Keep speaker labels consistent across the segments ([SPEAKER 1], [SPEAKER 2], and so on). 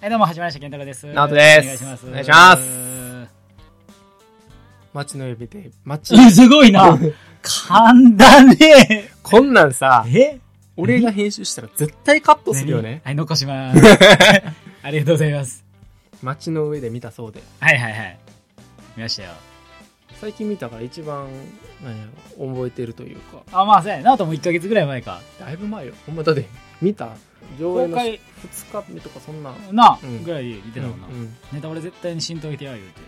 [SPEAKER 1] はい、どうも、はじめまして、健太郎です。
[SPEAKER 2] 直人
[SPEAKER 1] お
[SPEAKER 2] です
[SPEAKER 1] 願いします。
[SPEAKER 2] お願いします街の指で、街、
[SPEAKER 1] えすごいな。噛んだね。
[SPEAKER 2] こんなんさ、
[SPEAKER 1] え
[SPEAKER 2] 俺が編集したら絶対カットするよね
[SPEAKER 1] 何。はい、残し ます。ありがとうございます。
[SPEAKER 2] 街の上で見たそうで。
[SPEAKER 1] はいはいはい。見ましたよ。
[SPEAKER 2] 最近見たから一番、なんやろ、覚えてるというか。
[SPEAKER 1] あ、まあ、そうやな。あともう1ヶ月ぐらい前か。
[SPEAKER 2] だいぶ前よ。ほんま、だって、見た上
[SPEAKER 1] 公
[SPEAKER 2] 映の2
[SPEAKER 1] 開、
[SPEAKER 2] 日目とかそんな。
[SPEAKER 1] なあ、
[SPEAKER 2] うん
[SPEAKER 1] ぐらい見てたもんな。
[SPEAKER 2] うんうん
[SPEAKER 1] ネタ俺絶対に浸透いてや言うて。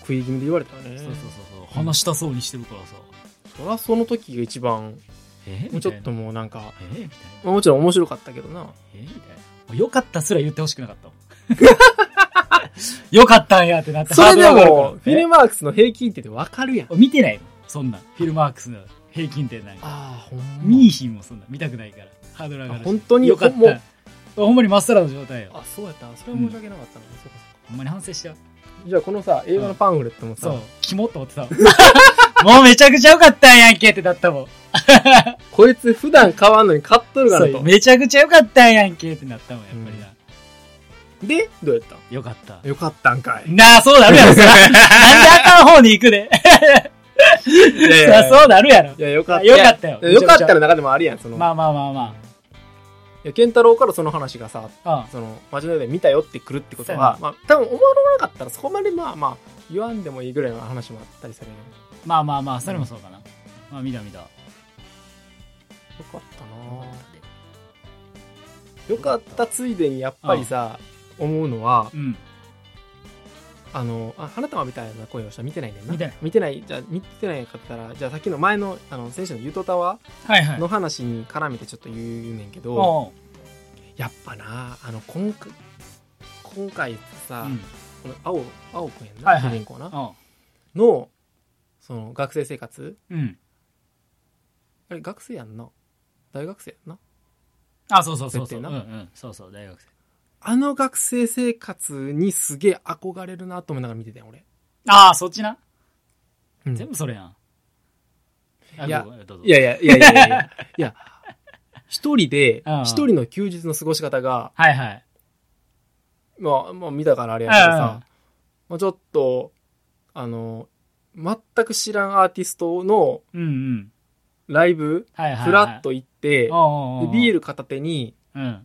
[SPEAKER 2] 食い気味で言われたね。
[SPEAKER 1] そうそうそうそう。話したそうにしてるからさ。
[SPEAKER 2] そらその時が一番、
[SPEAKER 1] え
[SPEAKER 2] もうちょっ。と
[SPEAKER 1] み
[SPEAKER 2] もうなんか、
[SPEAKER 1] たいなえみたいな。
[SPEAKER 2] まあもちろん面白かったけどな。
[SPEAKER 1] えみたいな。よかったすら言ってほしくなかったもん。 よかったんやってなって
[SPEAKER 2] それで
[SPEAKER 1] ハードル上がる
[SPEAKER 2] も、
[SPEAKER 1] から
[SPEAKER 2] フィルマークスの平均点でわかるやん。あ
[SPEAKER 1] 見てないもんそんなんフィルマークスの平均点なんか
[SPEAKER 2] あ、ほん
[SPEAKER 1] 見いひんもんそんなん見たくないからハードル上がる
[SPEAKER 2] あ
[SPEAKER 1] し
[SPEAKER 2] 本当に
[SPEAKER 1] よかっ
[SPEAKER 2] ほんも
[SPEAKER 1] たほんまにまっさらの状態よ
[SPEAKER 2] あ、そうやった。それは申し訳なかったな。そうかそう
[SPEAKER 1] ほんまに反省しちゃう
[SPEAKER 2] かじゃあこのさ、映画のパンフレットもさ、
[SPEAKER 1] そうキモっと思ってたもんもうめちゃくちゃよかったんやんけってなったもん
[SPEAKER 2] こいつ普段買わんのに買っとるから
[SPEAKER 1] そう
[SPEAKER 2] と。
[SPEAKER 1] めちゃくちゃよかったんやんけってなったもんやっぱりな、
[SPEAKER 2] で、どうやった
[SPEAKER 1] よかった
[SPEAKER 2] よかったんかい。
[SPEAKER 1] なあそうなるやろそらなんであかん方に行くで
[SPEAKER 2] い
[SPEAKER 1] そ
[SPEAKER 2] やいや
[SPEAKER 1] ら そうなるやろ
[SPEAKER 2] いやよかった。
[SPEAKER 1] よかったよ
[SPEAKER 2] いやよかったの中でもあるやん、その。
[SPEAKER 1] まあまあまあま
[SPEAKER 2] いや、健太郎からその話がさ、
[SPEAKER 1] あ
[SPEAKER 2] その、街の上で見たよってくるってことは、
[SPEAKER 1] そ
[SPEAKER 2] まあ、多分思わなかったらそこまでまあまあ、言わんでもいいぐらいの話もあったりするやんよ
[SPEAKER 1] うんまあまあまあそれもそうかな、まあ見た見た
[SPEAKER 2] かったなぁよかったついでにやっぱりさ、思うのは
[SPEAKER 1] う、ん
[SPEAKER 2] あの、あ、花束みたいな声をしたら見てないねんな。
[SPEAKER 1] 見てない。
[SPEAKER 2] 見てない。じゃあ、見てないかったら、じゃあさっきの前の、あの、選手のユートタワ
[SPEAKER 1] はいは
[SPEAKER 2] ー
[SPEAKER 1] い
[SPEAKER 2] の話に絡めてちょっと言うねんけど、
[SPEAKER 1] おう
[SPEAKER 2] やっぱな、あの、今回、今回さ、
[SPEAKER 1] うん
[SPEAKER 2] この青、青くんやんな、
[SPEAKER 1] はいはい
[SPEAKER 2] 主人公な、
[SPEAKER 1] おう
[SPEAKER 2] の、その、学生生活
[SPEAKER 1] うん
[SPEAKER 2] あれ、学生やんな。大学生やんな。
[SPEAKER 1] あそうそうそうそう
[SPEAKER 2] 設定
[SPEAKER 1] うん
[SPEAKER 2] な
[SPEAKER 1] うんそうそう大学生
[SPEAKER 2] あの学生生活にすげえ憧れるなと思いながら見てたよ、俺。
[SPEAKER 1] ああそっちな、
[SPEAKER 2] うん
[SPEAKER 1] 全部それやんあ
[SPEAKER 2] いや
[SPEAKER 1] どうぞどうぞ
[SPEAKER 2] いやいやいやいやいや いや。いや、一人で
[SPEAKER 1] うん、
[SPEAKER 2] 一人の休日の過ごし方が、
[SPEAKER 1] はいはい
[SPEAKER 2] まあ、まあ見たからあれやけど
[SPEAKER 1] うんうん
[SPEAKER 2] さ、まあちょっと、あの、全く知らんアーティストの
[SPEAKER 1] うんうん
[SPEAKER 2] ライブ、
[SPEAKER 1] はいはいはい
[SPEAKER 2] ふらっと行って、
[SPEAKER 1] おうおうおう
[SPEAKER 2] でビール片手に、
[SPEAKER 1] うん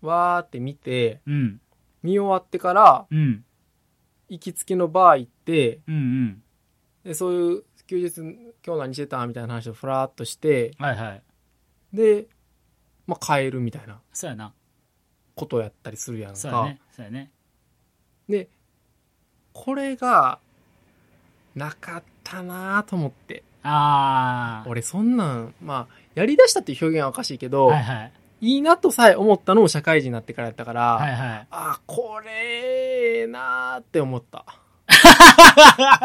[SPEAKER 2] わーって見て、
[SPEAKER 1] うん
[SPEAKER 2] 見終わってから、
[SPEAKER 1] うん
[SPEAKER 2] 行きつけのバー行って、
[SPEAKER 1] うんうん
[SPEAKER 2] でそういう休日、今日何してたみたいな話をふらっとして、
[SPEAKER 1] はいはい
[SPEAKER 2] で、まあ帰るみたいな
[SPEAKER 1] そうやな
[SPEAKER 2] ことをやったりするやんか。
[SPEAKER 1] そうやねそうやね
[SPEAKER 2] でこれがなかったなぁと思って
[SPEAKER 1] あ
[SPEAKER 2] 俺そんなんまあやりだしたっていう表現はおかしいけ
[SPEAKER 1] あ
[SPEAKER 2] ど、
[SPEAKER 1] はいはい
[SPEAKER 2] い、いなとさえ思ったのも社会人になってからやったから、
[SPEAKER 1] はい
[SPEAKER 2] あ
[SPEAKER 1] はい
[SPEAKER 2] あこれええなぁって思った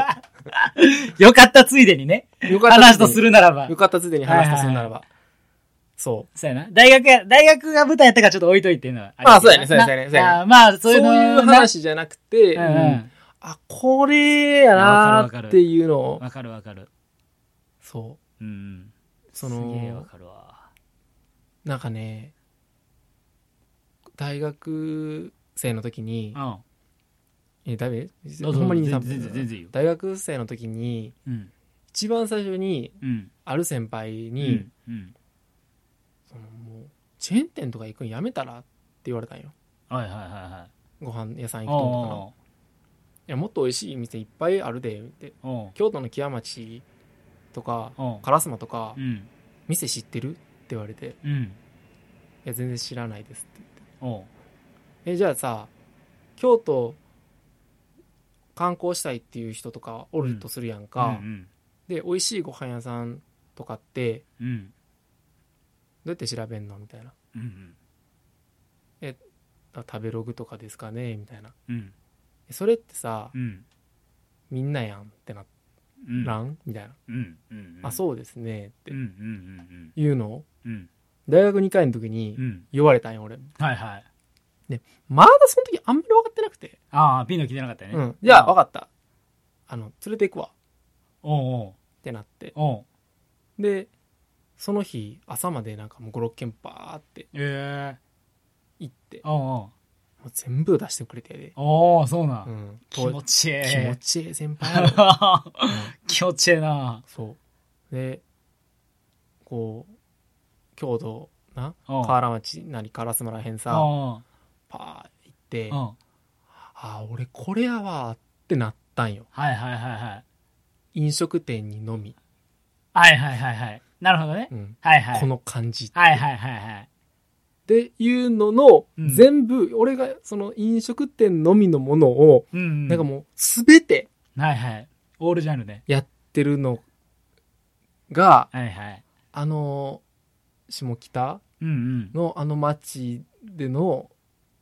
[SPEAKER 1] よかったついでにね
[SPEAKER 2] よか
[SPEAKER 1] 話とす
[SPEAKER 2] る
[SPEAKER 1] るならば
[SPEAKER 2] よかったついでに話とするならば、そう
[SPEAKER 1] そうやな。大学や、大学が舞台やったからちょっと置いといっていうのはありけど
[SPEAKER 2] まあそうやねそうやねそうやね
[SPEAKER 1] なあーまあ、そういうの
[SPEAKER 2] いう話じゃなくて、
[SPEAKER 1] なう
[SPEAKER 2] うん
[SPEAKER 1] うん
[SPEAKER 2] んあこれやなぁっていうのを
[SPEAKER 1] わかるわかる。
[SPEAKER 2] そ
[SPEAKER 1] うん。
[SPEAKER 2] うそ
[SPEAKER 1] すげえわ
[SPEAKER 2] の
[SPEAKER 1] かるわ。
[SPEAKER 2] なんかね大学生の時に、
[SPEAKER 1] うん。
[SPEAKER 2] え、だめ
[SPEAKER 1] どう
[SPEAKER 2] ほ
[SPEAKER 1] ぞ
[SPEAKER 2] んまに2、3
[SPEAKER 1] 全
[SPEAKER 2] 分。
[SPEAKER 1] 然全然全然いいよ。
[SPEAKER 2] 大学生の時に、
[SPEAKER 1] うん。
[SPEAKER 2] 一番最初に、
[SPEAKER 1] うん。
[SPEAKER 2] ある先輩
[SPEAKER 1] う
[SPEAKER 2] に、
[SPEAKER 1] ん。うん。
[SPEAKER 2] そのもう、チェーン店とか行くんやめたらって言われたんよ。
[SPEAKER 1] はいはいはいはい。
[SPEAKER 2] ご飯屋さん行くとかな。い
[SPEAKER 1] お
[SPEAKER 2] や、もっと美味しい店いっぱいあるで、って。
[SPEAKER 1] うおうおう
[SPEAKER 2] 京都の木屋町とか、
[SPEAKER 1] おう
[SPEAKER 2] 烏丸とか
[SPEAKER 1] う、ん。
[SPEAKER 2] 店知ってるって言われて、い
[SPEAKER 1] うん。
[SPEAKER 2] や、全然知らないですって。
[SPEAKER 1] おう
[SPEAKER 2] え、じゃあさ、京都、観光したいっていう人とかおるとするやん
[SPEAKER 1] うん。う
[SPEAKER 2] か。
[SPEAKER 1] ん。
[SPEAKER 2] で、美味しいご飯屋さんとかって、
[SPEAKER 1] うん。
[SPEAKER 2] どうやって調べんのみたいな。
[SPEAKER 1] うん。
[SPEAKER 2] あ食べログとかですかねみたいな。
[SPEAKER 1] うん。
[SPEAKER 2] えそれってさ、
[SPEAKER 1] うん。
[SPEAKER 2] みんなやんってな
[SPEAKER 1] うん。
[SPEAKER 2] らんみたいな。
[SPEAKER 1] うん。うん。
[SPEAKER 2] あ、そうですね。っ
[SPEAKER 1] うん。
[SPEAKER 2] て
[SPEAKER 1] うん。うん。
[SPEAKER 2] いうのを、
[SPEAKER 1] うん。うん。
[SPEAKER 2] 大学2回の時に
[SPEAKER 1] うん。
[SPEAKER 2] 言われたんよ、俺。
[SPEAKER 1] はいはい。
[SPEAKER 2] まだその時あんまり分かってなくて。
[SPEAKER 1] ああ、ピンの来てなかったよね。
[SPEAKER 2] うん。じゃあ、分かった。あの、連れて行くわ。
[SPEAKER 1] おう
[SPEAKER 2] ってなって。
[SPEAKER 1] おうおう
[SPEAKER 2] で、その日、朝までなんかもう5、6軒バーって
[SPEAKER 1] ええ。
[SPEAKER 2] 行って。
[SPEAKER 1] おうおう
[SPEAKER 2] もう全部出してくれてやで、
[SPEAKER 1] おー、そうな。
[SPEAKER 2] うんん、
[SPEAKER 1] 気持ちえ
[SPEAKER 2] 気持
[SPEAKER 1] え。
[SPEAKER 2] ちええ先輩やろうん
[SPEAKER 1] 気持ちええな。
[SPEAKER 2] そうでこう京都な
[SPEAKER 1] うん
[SPEAKER 2] 河原町なり烏丸らへん
[SPEAKER 1] う
[SPEAKER 2] さ
[SPEAKER 1] ん。
[SPEAKER 2] パー行って
[SPEAKER 1] うん。
[SPEAKER 2] あー俺これやわーってなったんよ
[SPEAKER 1] はいはいはいはい。
[SPEAKER 2] 飲食店にのみ、
[SPEAKER 1] はいはいはいはい。なるほどね
[SPEAKER 2] う。ん
[SPEAKER 1] はいはい。
[SPEAKER 2] この感じって、
[SPEAKER 1] はいはいはいはい。
[SPEAKER 2] っていうのの、
[SPEAKER 1] うん
[SPEAKER 2] 全部俺がその飲食店のみのものを、
[SPEAKER 1] うんうん。
[SPEAKER 2] なんかもう全て
[SPEAKER 1] はいはい。オールジャンルで。
[SPEAKER 2] やってるのが
[SPEAKER 1] はいはい。
[SPEAKER 2] あの下北
[SPEAKER 1] うんうん。
[SPEAKER 2] のあの町での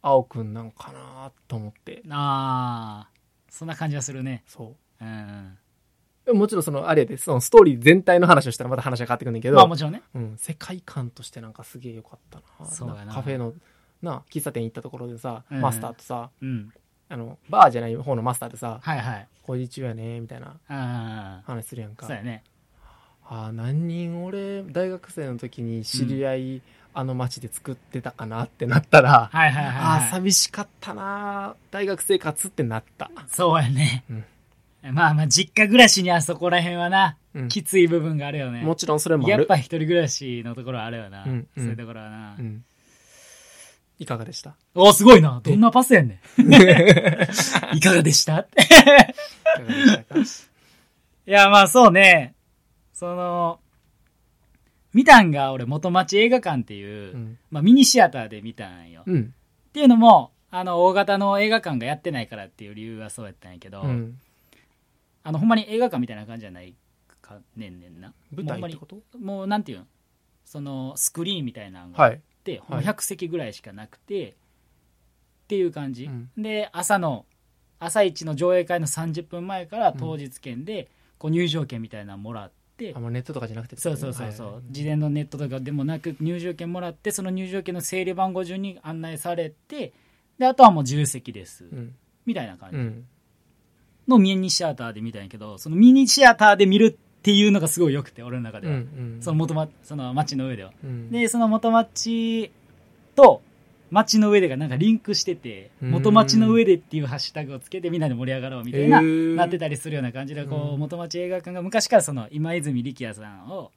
[SPEAKER 2] 青くんなんかなと思って
[SPEAKER 1] ああ、そんな感じはするね。
[SPEAKER 2] そ
[SPEAKER 1] うんうん。
[SPEAKER 2] うでももちろんそのあれやでそのストーリー全体の話をしたらまた話が変わってくるんだけど、
[SPEAKER 1] まあもちろんね。
[SPEAKER 2] うん、世界観としてなんかすげえよかったな
[SPEAKER 1] そうやなん
[SPEAKER 2] かカフェのな喫茶店行ったところでさ、
[SPEAKER 1] うん
[SPEAKER 2] マスターとさ
[SPEAKER 1] うん。
[SPEAKER 2] あのバーじゃない方のマスターでさ
[SPEAKER 1] はいはい。
[SPEAKER 2] 「工事中やね」みたいな
[SPEAKER 1] ああ、
[SPEAKER 2] 話するやんか
[SPEAKER 1] そうやね。
[SPEAKER 2] あー何人俺大学生の時に知り合い、あの町で作ってたかなってなったら、
[SPEAKER 1] はいはいはい
[SPEAKER 2] ああー
[SPEAKER 1] はい。
[SPEAKER 2] 寂しかったなー大学生活ってなった、
[SPEAKER 1] そうやね。まあまあ、実家暮らしにあそこら辺はな、
[SPEAKER 2] うん
[SPEAKER 1] きつい部分があるよね。
[SPEAKER 2] もちろんそれもあ
[SPEAKER 1] やっ
[SPEAKER 2] る
[SPEAKER 1] ぱ一人暮らしのところはあるよな。
[SPEAKER 2] う
[SPEAKER 1] そ
[SPEAKER 2] んうん
[SPEAKER 1] ういうところはな
[SPEAKER 2] う。ん、いかがでした
[SPEAKER 1] お、すごいな。どんなパスやね
[SPEAKER 2] いかがで
[SPEAKER 1] ん。いかがでしたって。
[SPEAKER 2] した
[SPEAKER 1] い
[SPEAKER 2] か
[SPEAKER 1] や、まあそうね。その、見たんが俺、元町映画館っていう、
[SPEAKER 2] うん、
[SPEAKER 1] まあミニシアターで見たんよ。
[SPEAKER 2] うん
[SPEAKER 1] っていうのも、あの、大型の映画館がやってないからっていう理由はそうやったんやけど、
[SPEAKER 2] うん、
[SPEAKER 1] あの、ほんまに映画館みたいな感じじゃないかねんねんな。
[SPEAKER 2] 舞台ってこと
[SPEAKER 1] もう、なんていうんその、スクリーンみたいなのがあ
[SPEAKER 2] は
[SPEAKER 1] っ
[SPEAKER 2] い、
[SPEAKER 1] て、ほんま
[SPEAKER 2] は
[SPEAKER 1] 100席ぐらいしかなくて、っていう感じ。
[SPEAKER 2] うん
[SPEAKER 1] で、朝の、朝一の上映会の30分前から
[SPEAKER 2] うん
[SPEAKER 1] 当日券で、こう入場券みたいなのもらって、
[SPEAKER 2] あんまネットとかじゃなくて
[SPEAKER 1] そうそうそうそう、
[SPEAKER 2] はいはい
[SPEAKER 1] 事前のネットとかでもなく入場券もらってその入場券の整理番号順に案内されてであとはもう自由席です、
[SPEAKER 2] うん
[SPEAKER 1] みたいな感
[SPEAKER 2] う
[SPEAKER 1] じ
[SPEAKER 2] ん
[SPEAKER 1] のミニシアターで見たんやけどそのミニシアターで見るっていうのがすごい良くて俺の中で
[SPEAKER 2] うんう
[SPEAKER 1] は、
[SPEAKER 2] ん
[SPEAKER 1] その元町その街の上では
[SPEAKER 2] うん
[SPEAKER 1] でその元町と街の上でがなんかリンクしてて
[SPEAKER 2] うん
[SPEAKER 1] 元町の上でっていうハッシュタグをつけてみんなで盛り上がろうみたいな、
[SPEAKER 2] えー
[SPEAKER 1] なってたりするような感じでこ
[SPEAKER 2] う
[SPEAKER 1] うん元町映画館が昔からその今泉力也さんを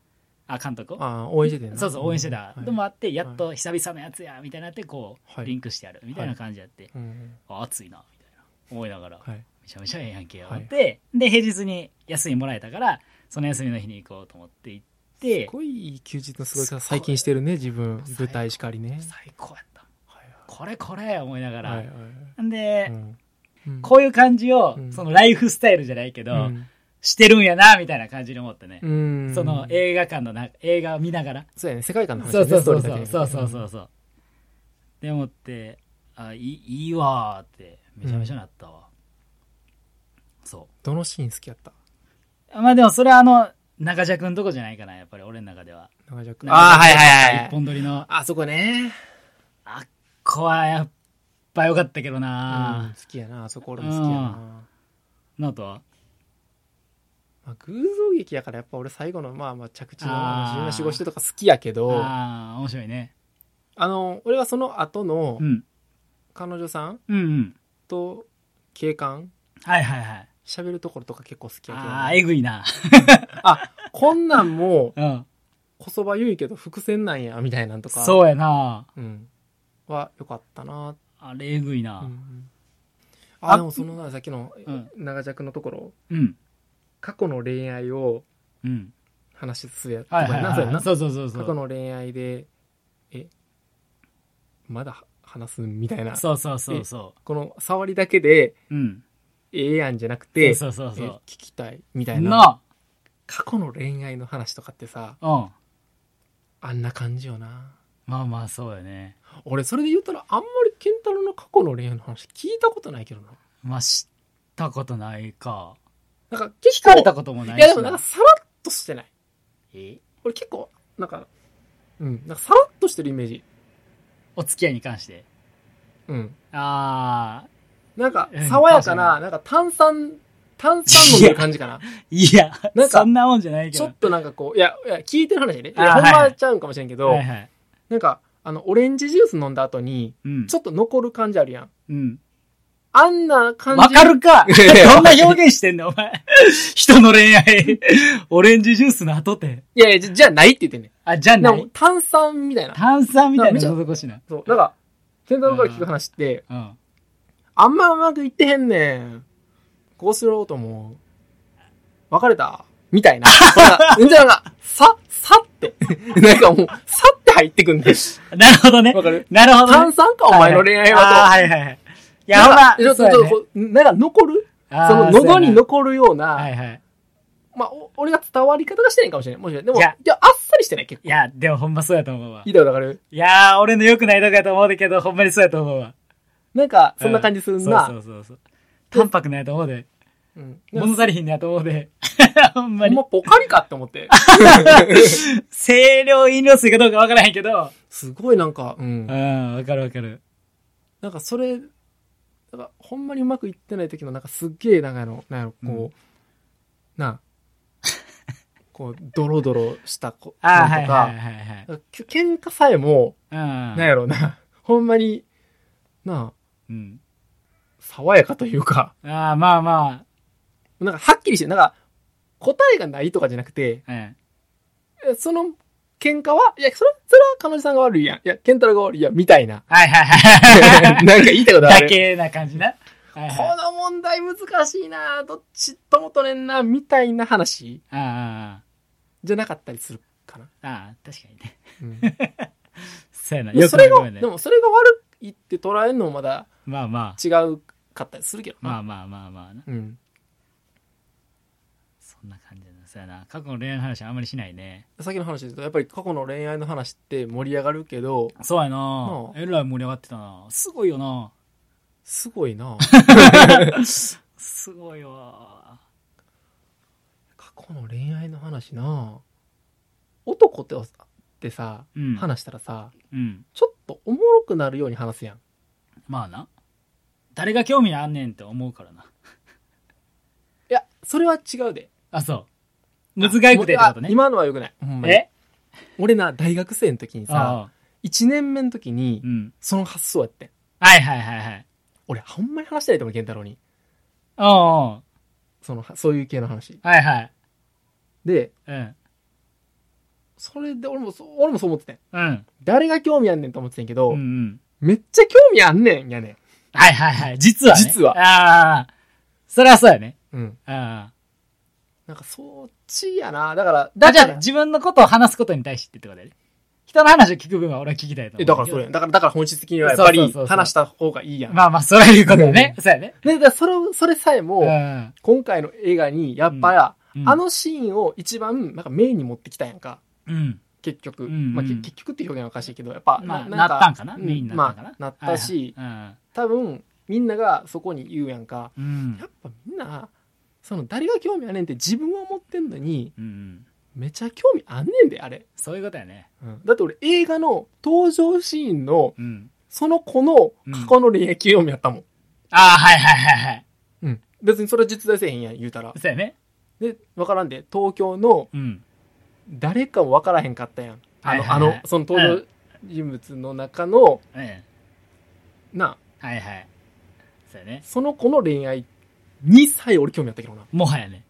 [SPEAKER 1] あ監督を
[SPEAKER 2] ああ応援してたよな
[SPEAKER 1] そうそう応援してた、
[SPEAKER 2] うんはい
[SPEAKER 1] でもあってやっと久々のやつやみたいになってこう、
[SPEAKER 2] はい
[SPEAKER 1] リンクしてやるみたいな感じやって、
[SPEAKER 2] うん
[SPEAKER 1] あ熱いなみたいな思いながら、
[SPEAKER 2] はい
[SPEAKER 1] めちゃめちゃええやんけよ、
[SPEAKER 2] はい
[SPEAKER 1] でで平日に休みもらえたからその休みの日に行こうと思って行って
[SPEAKER 2] すごい休日の過ごし方最近してるね自分舞台しかりね
[SPEAKER 1] 最高やった
[SPEAKER 2] はい
[SPEAKER 1] これこれ思いながら、
[SPEAKER 2] はいはい
[SPEAKER 1] んで、
[SPEAKER 2] うん
[SPEAKER 1] こういう感じを、
[SPEAKER 2] うん
[SPEAKER 1] そのライフスタイルじゃないけど、
[SPEAKER 2] うん
[SPEAKER 1] してるんやなみたいな感じに思ってね、
[SPEAKER 2] うん
[SPEAKER 1] その映画館のな映画を見ながら
[SPEAKER 2] そうやね世界観の話
[SPEAKER 1] そう
[SPEAKER 2] だね
[SPEAKER 1] そうそう
[SPEAKER 2] ストー
[SPEAKER 1] そう
[SPEAKER 2] リー
[SPEAKER 1] そ
[SPEAKER 2] だ
[SPEAKER 1] う
[SPEAKER 2] け
[SPEAKER 1] そうそうそうでもってあいいいいわーってめちゃめちゃなったわ、そ
[SPEAKER 2] どのシーン好きやった
[SPEAKER 1] うまあでもそれはあの中島君とこじゃないかなやっぱり俺の中では
[SPEAKER 2] 長尺
[SPEAKER 1] 一本撮りの
[SPEAKER 2] あそこね
[SPEAKER 1] あっこはやっぱ良かったけど
[SPEAKER 2] うん
[SPEAKER 1] な
[SPEAKER 2] 好きやなあそこ俺も好きやな
[SPEAKER 1] ノートは
[SPEAKER 2] まあ偶像劇やからやっぱ俺最後のまあまあ着地の
[SPEAKER 1] あー
[SPEAKER 2] 自分の守護してとか好きやけどあ
[SPEAKER 1] ああ面白いね
[SPEAKER 2] の俺はその後の
[SPEAKER 1] うん
[SPEAKER 2] 彼女さん
[SPEAKER 1] うんうん
[SPEAKER 2] と警官
[SPEAKER 1] はいはいはい
[SPEAKER 2] 喋るところとか結構好きやけど
[SPEAKER 1] ああえぐいな
[SPEAKER 2] あこんなんも
[SPEAKER 1] うん
[SPEAKER 2] こそばゆいけど伏線なんやみたいなんとか
[SPEAKER 1] そうやな
[SPEAKER 2] うん、は良かったな、
[SPEAKER 1] あれえぐいな
[SPEAKER 2] うん
[SPEAKER 1] あ
[SPEAKER 2] あでもそのなさっきの
[SPEAKER 1] うん
[SPEAKER 2] 長尺のところ
[SPEAKER 1] うん
[SPEAKER 2] 過去の恋愛を
[SPEAKER 1] うん
[SPEAKER 2] 話すやつ
[SPEAKER 1] はいはい
[SPEAKER 2] なそ
[SPEAKER 1] は
[SPEAKER 2] うやん
[SPEAKER 1] いは
[SPEAKER 2] ない
[SPEAKER 1] そうそうそうそ
[SPEAKER 2] 過去
[SPEAKER 1] う
[SPEAKER 2] の恋愛でえまだ話すみたいな
[SPEAKER 1] そうそうそうそう
[SPEAKER 2] この触りだけで
[SPEAKER 1] うん。
[SPEAKER 2] ええやんじゃなくて
[SPEAKER 1] そうそうそう
[SPEAKER 2] え
[SPEAKER 1] そ
[SPEAKER 2] 聞きたいみた
[SPEAKER 1] う。
[SPEAKER 2] いな
[SPEAKER 1] な
[SPEAKER 2] 過去の恋愛の話とかってさ
[SPEAKER 1] あうん。
[SPEAKER 2] あんな感じよな
[SPEAKER 1] まあまあ、そうよね。
[SPEAKER 2] 俺それで言ったらあんまり健太郎の過去の恋愛の話聞いたことないけどな
[SPEAKER 1] まあ、知ったことないか。
[SPEAKER 2] なんか結
[SPEAKER 1] 聞か
[SPEAKER 2] 構
[SPEAKER 1] れたこともない
[SPEAKER 2] い
[SPEAKER 1] し。
[SPEAKER 2] やでもなんかさらっとしてない。
[SPEAKER 1] え
[SPEAKER 2] 俺結構、なんか、うん、なんかさらっとしてるイメージ。
[SPEAKER 1] お付き合いに関して。
[SPEAKER 2] うん。
[SPEAKER 1] あ
[SPEAKER 2] なんか
[SPEAKER 1] うん、
[SPEAKER 2] 爽やかな、
[SPEAKER 1] 確
[SPEAKER 2] なんか炭酸、炭酸飲んでる感じかな。
[SPEAKER 1] あ、いや、
[SPEAKER 2] なんか
[SPEAKER 1] そんなもんじゃないけ
[SPEAKER 2] ちょ
[SPEAKER 1] ど
[SPEAKER 2] っ。となんかこう、いや、いや、聞いてる話やね。い
[SPEAKER 1] あ
[SPEAKER 2] や、
[SPEAKER 1] ー
[SPEAKER 2] ほんま
[SPEAKER 1] はい
[SPEAKER 2] ちゃうんかもしれんけど、
[SPEAKER 1] はいはい。
[SPEAKER 2] なんか、あの、オレンジジュース飲んだ後に、
[SPEAKER 1] うん
[SPEAKER 2] ちょっと残る感じあるやん。
[SPEAKER 1] うん。
[SPEAKER 2] あんな感じ。
[SPEAKER 1] わかるか
[SPEAKER 2] いやいや
[SPEAKER 1] どんな表現してんのお前。 人の恋愛。オレンジジュースの後って。
[SPEAKER 2] いやいや、じゃじゃないって言ってんね
[SPEAKER 1] あ、じゃあ
[SPEAKER 2] ん。な
[SPEAKER 1] なん
[SPEAKER 2] か
[SPEAKER 1] い。
[SPEAKER 2] 炭酸みたいな。
[SPEAKER 1] 炭酸みたいなのどこしな。
[SPEAKER 2] そう。なんか、健太郎から聞く話って、
[SPEAKER 1] うん。
[SPEAKER 2] あんまうまくいってへんねん。こうしろうと思う。別れたみたいな。全然なんか、さ、さって。 なんかもう、さって入って くんで。
[SPEAKER 1] なるほどね。
[SPEAKER 2] わかる
[SPEAKER 1] なるほどね。
[SPEAKER 2] 炭酸か、お前の恋愛
[SPEAKER 1] あ
[SPEAKER 2] は
[SPEAKER 1] あー、はいはいはい。い
[SPEAKER 2] と。
[SPEAKER 1] や、ほ
[SPEAKER 2] なん
[SPEAKER 1] ら、
[SPEAKER 2] かちょっ
[SPEAKER 1] そう
[SPEAKER 2] と、
[SPEAKER 1] や
[SPEAKER 2] ちょ
[SPEAKER 1] ね
[SPEAKER 2] っとこう、なんか残る
[SPEAKER 1] あ
[SPEAKER 2] その
[SPEAKER 1] ー
[SPEAKER 2] 喉に
[SPEAKER 1] そうや
[SPEAKER 2] 残るよう
[SPEAKER 1] なは
[SPEAKER 2] な、
[SPEAKER 1] いはい。
[SPEAKER 2] まあ、お俺が伝わり方がしてないかもしれない。もしかしてで
[SPEAKER 1] い
[SPEAKER 2] も、い
[SPEAKER 1] や
[SPEAKER 2] や、あっさりしてない、結構。
[SPEAKER 1] いや、でもほんまそうやと思うわ。
[SPEAKER 2] いいだろ、わかる
[SPEAKER 1] いやー、俺の良くないとこやと思うでけど、ほんまにそうやと思うわ。
[SPEAKER 2] なんか、そんな感じする
[SPEAKER 1] う
[SPEAKER 2] な。
[SPEAKER 1] んそうそうそうそう。淡白なんやと思うで。
[SPEAKER 2] うん。なん
[SPEAKER 1] 物
[SPEAKER 2] か
[SPEAKER 1] 足りひんのやと思うで。 ほんま
[SPEAKER 2] ほん
[SPEAKER 1] に
[SPEAKER 2] ま。ポカリかって 思って。
[SPEAKER 1] 清涼飲料水かどうかわからへんけど。
[SPEAKER 2] すごいなんか、うん
[SPEAKER 1] う。ん、わかるわかる。
[SPEAKER 2] なんかそれ、なんかほんまにうまくいってない時の、なんかすっげえ、なんかあの、なんやろ、こう、
[SPEAKER 1] う
[SPEAKER 2] なあ、こう、ドロドロした子と
[SPEAKER 1] あー
[SPEAKER 2] か、
[SPEAKER 1] はいはいはいはい。
[SPEAKER 2] なんか喧嘩さえも、なん
[SPEAKER 1] う
[SPEAKER 2] やろな、ほんまに、なあ、
[SPEAKER 1] ん。
[SPEAKER 2] 爽やかというか、
[SPEAKER 1] うん。ああ、まあま
[SPEAKER 2] なんかはっきりして、なんか、答えがないとかじゃなくて、
[SPEAKER 1] あ。うん。。
[SPEAKER 2] えその喧嘩は、いや、それ、それは彼女さんが悪いやん。いや、ケンタロウが悪いやん、みたいな
[SPEAKER 1] はいはい
[SPEAKER 2] なん
[SPEAKER 1] は
[SPEAKER 2] か言いたいこ
[SPEAKER 1] い。
[SPEAKER 2] とあ
[SPEAKER 1] だ
[SPEAKER 2] る。
[SPEAKER 1] けな感じな。はいはい
[SPEAKER 2] この問題難しいなどっちとも取れんな、みたいな話
[SPEAKER 1] あーあ
[SPEAKER 2] じゃなかったりするかな。
[SPEAKER 1] ー、あーあー、確かにね。
[SPEAKER 2] うん
[SPEAKER 1] そうやな。
[SPEAKER 2] でも
[SPEAKER 1] よ
[SPEAKER 2] そ
[SPEAKER 1] くな
[SPEAKER 2] れ
[SPEAKER 1] いご
[SPEAKER 2] が、
[SPEAKER 1] めんね
[SPEAKER 2] で。もそれが悪いって捉えるのもまだ
[SPEAKER 1] まあまあ。
[SPEAKER 2] 違うかったりするけどな。
[SPEAKER 1] まあまあまあまあな。
[SPEAKER 2] うん。
[SPEAKER 1] そんな感じだな。そうやな。過去の恋愛の話あんまりしないね。
[SPEAKER 2] さっきの話で言うと、やっぱり過去の恋愛の話って盛り上がるけど、
[SPEAKER 1] そうやな
[SPEAKER 2] な。
[SPEAKER 1] えらい盛り上がってたな。すごいよな。
[SPEAKER 2] すごい な
[SPEAKER 1] すごいわ。
[SPEAKER 2] 過去の恋愛の話な男ってってさ、
[SPEAKER 1] うん。
[SPEAKER 2] 話したらさ、
[SPEAKER 1] うん。
[SPEAKER 2] ちょっとおもろくなるように話すやん。
[SPEAKER 1] まあな。誰が興味あんねんって思うからな。
[SPEAKER 2] いや、それは違うで。
[SPEAKER 1] あ、そう。むずがいくてってこと
[SPEAKER 2] あ
[SPEAKER 1] ね。
[SPEAKER 2] 今のは良くない。ほんまに
[SPEAKER 1] え
[SPEAKER 2] 俺な、大学生の時にさ、
[SPEAKER 1] ああ。
[SPEAKER 2] 1年目の時に
[SPEAKER 1] う、ん。
[SPEAKER 2] その発想やってん。
[SPEAKER 1] はいはいはいはい。
[SPEAKER 2] 俺、ほんまに話したいと思う、健太郎に。
[SPEAKER 1] おうおう
[SPEAKER 2] その、そういう系の話。
[SPEAKER 1] はいはい。
[SPEAKER 2] で、
[SPEAKER 1] うん。
[SPEAKER 2] それで俺もそ、俺もそう思ってたん。
[SPEAKER 1] うん。
[SPEAKER 2] 誰が興味あんねんと思ってたんやけど、
[SPEAKER 1] うんうん。
[SPEAKER 2] めっちゃ興味あんねんやね
[SPEAKER 1] はいはいはい。実はね。
[SPEAKER 2] 実は
[SPEAKER 1] ああ。それはそうやね。
[SPEAKER 2] ん。うん。
[SPEAKER 1] あ
[SPEAKER 2] なんか、そっちやな。だから、
[SPEAKER 1] あ。
[SPEAKER 2] だ
[SPEAKER 1] じゃ
[SPEAKER 2] か
[SPEAKER 1] あ
[SPEAKER 2] ら、
[SPEAKER 1] 自分のことを話すことに対してってことだね。人の話を聞く分は俺は聞きたいと思う。
[SPEAKER 2] え、だからそれやん。だから、だから本質的にはやっ
[SPEAKER 1] そ
[SPEAKER 2] ぱ
[SPEAKER 1] うそ
[SPEAKER 2] り
[SPEAKER 1] うそうそう
[SPEAKER 2] 話した方がいいやん。
[SPEAKER 1] まあまあ、それはいうことだね。そうやね。
[SPEAKER 2] で、だからそれを、それさえも、
[SPEAKER 1] うん。
[SPEAKER 2] 今回の映画に、やっぱ、
[SPEAKER 1] うん
[SPEAKER 2] あ、のシーンを一番、なんかメインに持ってきたやんか。
[SPEAKER 1] うん。
[SPEAKER 2] 結局。
[SPEAKER 1] うんうん
[SPEAKER 2] まあ、け結局って表現はおかしいけど、やっぱ、
[SPEAKER 1] まあ、
[SPEAKER 2] ん
[SPEAKER 1] なったんかな
[SPEAKER 2] う
[SPEAKER 1] メインになったんかな
[SPEAKER 2] まあ、なったし、
[SPEAKER 1] はいはい
[SPEAKER 2] 多分、みんながそこに言うやんか。
[SPEAKER 1] うん。うん
[SPEAKER 2] やっぱみんな、その誰が興味あんねんって自分は思ってんのに、
[SPEAKER 1] うん。
[SPEAKER 2] めちゃ興味あんねんで、あれ。
[SPEAKER 1] そういうことやね。
[SPEAKER 2] だって俺映画の登場シーンの、
[SPEAKER 1] うん。
[SPEAKER 2] その子の過去の恋愛興味あったもん。
[SPEAKER 1] ああ、はいはいはいはい。
[SPEAKER 2] うん。別にそれは実在せえへんやん、言うたら。
[SPEAKER 1] そうやね。
[SPEAKER 2] で、わからんで、東京の
[SPEAKER 1] うん。
[SPEAKER 2] 誰かもわからへんかったやん。あの、
[SPEAKER 1] はいはいはい
[SPEAKER 2] あの、その登場人物の中の、
[SPEAKER 1] うん。
[SPEAKER 2] な、
[SPEAKER 1] はいはい。そうやね。
[SPEAKER 2] その子の恋愛にさえ俺興味あったけどな。
[SPEAKER 1] もはやね。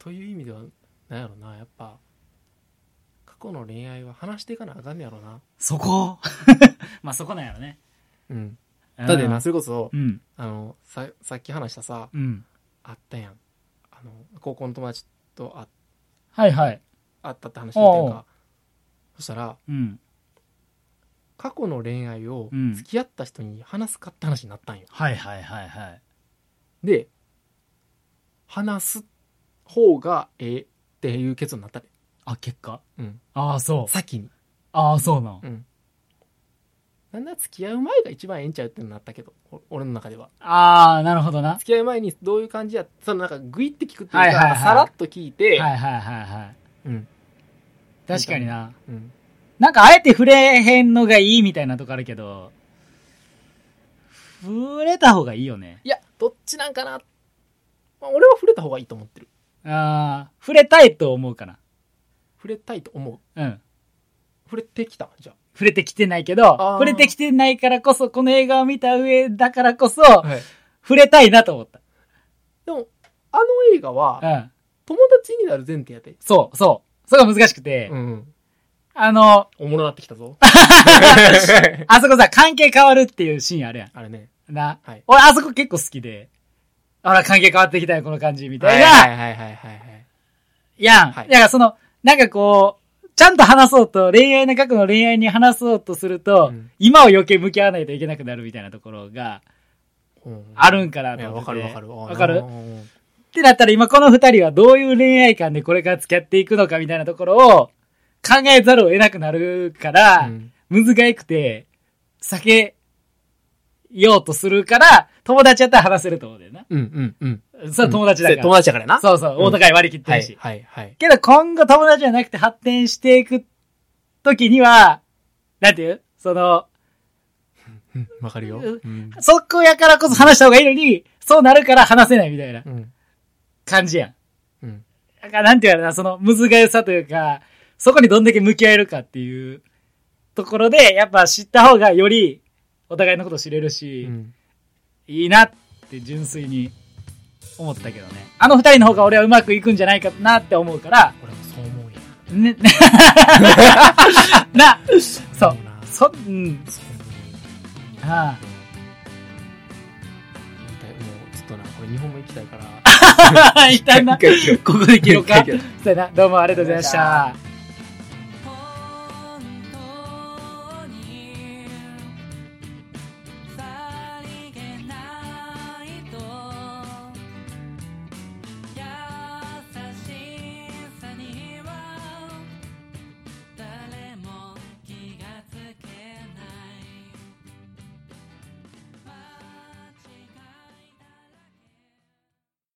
[SPEAKER 2] という意味では、なんやろな、やっぱ、過去の恋愛は話していかなあかんねやろな。
[SPEAKER 1] そこ まあそこなんやろね。
[SPEAKER 2] うん。だってな、それこそ、
[SPEAKER 1] うん。
[SPEAKER 2] あの、さ、さっき話したさ、
[SPEAKER 1] うん。
[SPEAKER 2] あったやん。あの、高校の友達と会っ
[SPEAKER 1] はいはい。
[SPEAKER 2] 会ったって話だったやん
[SPEAKER 1] おうおう
[SPEAKER 2] か。そしたら、
[SPEAKER 1] うん。
[SPEAKER 2] 過去の恋愛を
[SPEAKER 1] うん
[SPEAKER 2] 付き合った人に話すかって話になったんよ。
[SPEAKER 1] はいはいはいはい。
[SPEAKER 2] で、話す方がええっていう結論になったで。
[SPEAKER 1] あ、結果
[SPEAKER 2] うん。
[SPEAKER 1] ああ、そう。
[SPEAKER 2] 先に。
[SPEAKER 1] ああ、そうなん。
[SPEAKER 2] うん。なんだ付き合う前が一番ええんちゃうってなったけど、お俺の中では。
[SPEAKER 1] ああ、なるほどな。はい
[SPEAKER 2] 付き合う前にどういう感じや、そのなんかグイって聞くっていうか、
[SPEAKER 1] はいはいはい
[SPEAKER 2] さらっと聞いて、
[SPEAKER 1] はいはいはい。
[SPEAKER 2] うん。
[SPEAKER 1] 確かにな。
[SPEAKER 2] うん。
[SPEAKER 1] なんかあえて触れへんのがいいみたいなとこあるけど、触れた方がいいよね。
[SPEAKER 2] いや、どっちなんかな。まあ、俺は触れた方がいいと思ってる。
[SPEAKER 1] ああ、触れたいと思うかな。
[SPEAKER 2] 触れたいと思う。
[SPEAKER 1] うん。
[SPEAKER 2] 触れてきたじゃあ。
[SPEAKER 1] 触れてきてないけど、
[SPEAKER 2] あー
[SPEAKER 1] 触れてきてないからこそ、この映画を見た上だからこそ、
[SPEAKER 2] はい。
[SPEAKER 1] 触れたいなと思った。
[SPEAKER 2] でも、あの映画
[SPEAKER 1] う
[SPEAKER 2] は、
[SPEAKER 1] ん。
[SPEAKER 2] 友達になる前提やで。
[SPEAKER 1] そう、そう。それが難しくて、
[SPEAKER 2] うん。
[SPEAKER 1] あの、
[SPEAKER 2] おもろなってき たぞ。
[SPEAKER 1] あそこさ、関係変わるっていうシーンあるや
[SPEAKER 2] あれね。
[SPEAKER 1] ん。な。
[SPEAKER 2] はい
[SPEAKER 1] 俺、あそこ結構好きで、あら、関係変わってきたよ、この感じ、みたいな。
[SPEAKER 2] はいはいはいはいはい。
[SPEAKER 1] やん。
[SPEAKER 2] はい
[SPEAKER 1] だからその、なんかこう、ちゃんと話そうと、恋愛の過去の恋愛に話そうとすると、
[SPEAKER 2] うん
[SPEAKER 1] 今を余計向き合わないといけなくなるみたいなところが
[SPEAKER 2] うん
[SPEAKER 1] あるんかないと
[SPEAKER 2] や
[SPEAKER 1] 思
[SPEAKER 2] わ
[SPEAKER 1] って
[SPEAKER 2] か
[SPEAKER 1] て。
[SPEAKER 2] るわかる。
[SPEAKER 1] わかる
[SPEAKER 2] うんうんうん
[SPEAKER 1] ってなったら今この二人はどういう恋愛観でこれから付き合っていくのかみたいなところを考えざるを得なくなるから、
[SPEAKER 2] うん
[SPEAKER 1] 難しくて、避けようとするから、友達やったら話せると思うんだよな。
[SPEAKER 2] うんうんうん。
[SPEAKER 1] それは友達だ
[SPEAKER 2] せ
[SPEAKER 1] か
[SPEAKER 2] 友
[SPEAKER 1] ら。
[SPEAKER 2] 達だからな。
[SPEAKER 1] そうそう、お互い割り切って
[SPEAKER 2] は
[SPEAKER 1] るし
[SPEAKER 2] い。はいはい。
[SPEAKER 1] けど今後友達じゃなくて発展していくときには、なんていうその、
[SPEAKER 2] うんわかるよ。うん
[SPEAKER 1] そこやからこそ話した方がいいのに、そうなるから話せないみたいな
[SPEAKER 2] うん
[SPEAKER 1] 感じやん。
[SPEAKER 2] うん。
[SPEAKER 1] だからなんていうかな、その、むずがゆさというか、そこにどんだけ向き合えるかっていうところで、やっぱ知った方がよりお互いのこと知れる
[SPEAKER 2] う
[SPEAKER 1] し、
[SPEAKER 2] ん
[SPEAKER 1] いいなって純粋に思ったけどね。あの二人の方が俺はうまくいくんじゃないかなって思うから、
[SPEAKER 2] 俺もそう思うよ。
[SPEAKER 1] ね、 ねな、そうそ、う
[SPEAKER 2] 思。な
[SPEAKER 1] ん。
[SPEAKER 2] そう思う
[SPEAKER 1] あ
[SPEAKER 2] 言いたいもうちょっとな、これ日本も行きたいから。
[SPEAKER 1] あ。いたな。こ
[SPEAKER 2] 一回切ろう
[SPEAKER 1] こで切ろうか。
[SPEAKER 2] 一回切ろう
[SPEAKER 1] そうやな。どうもありがとうございました。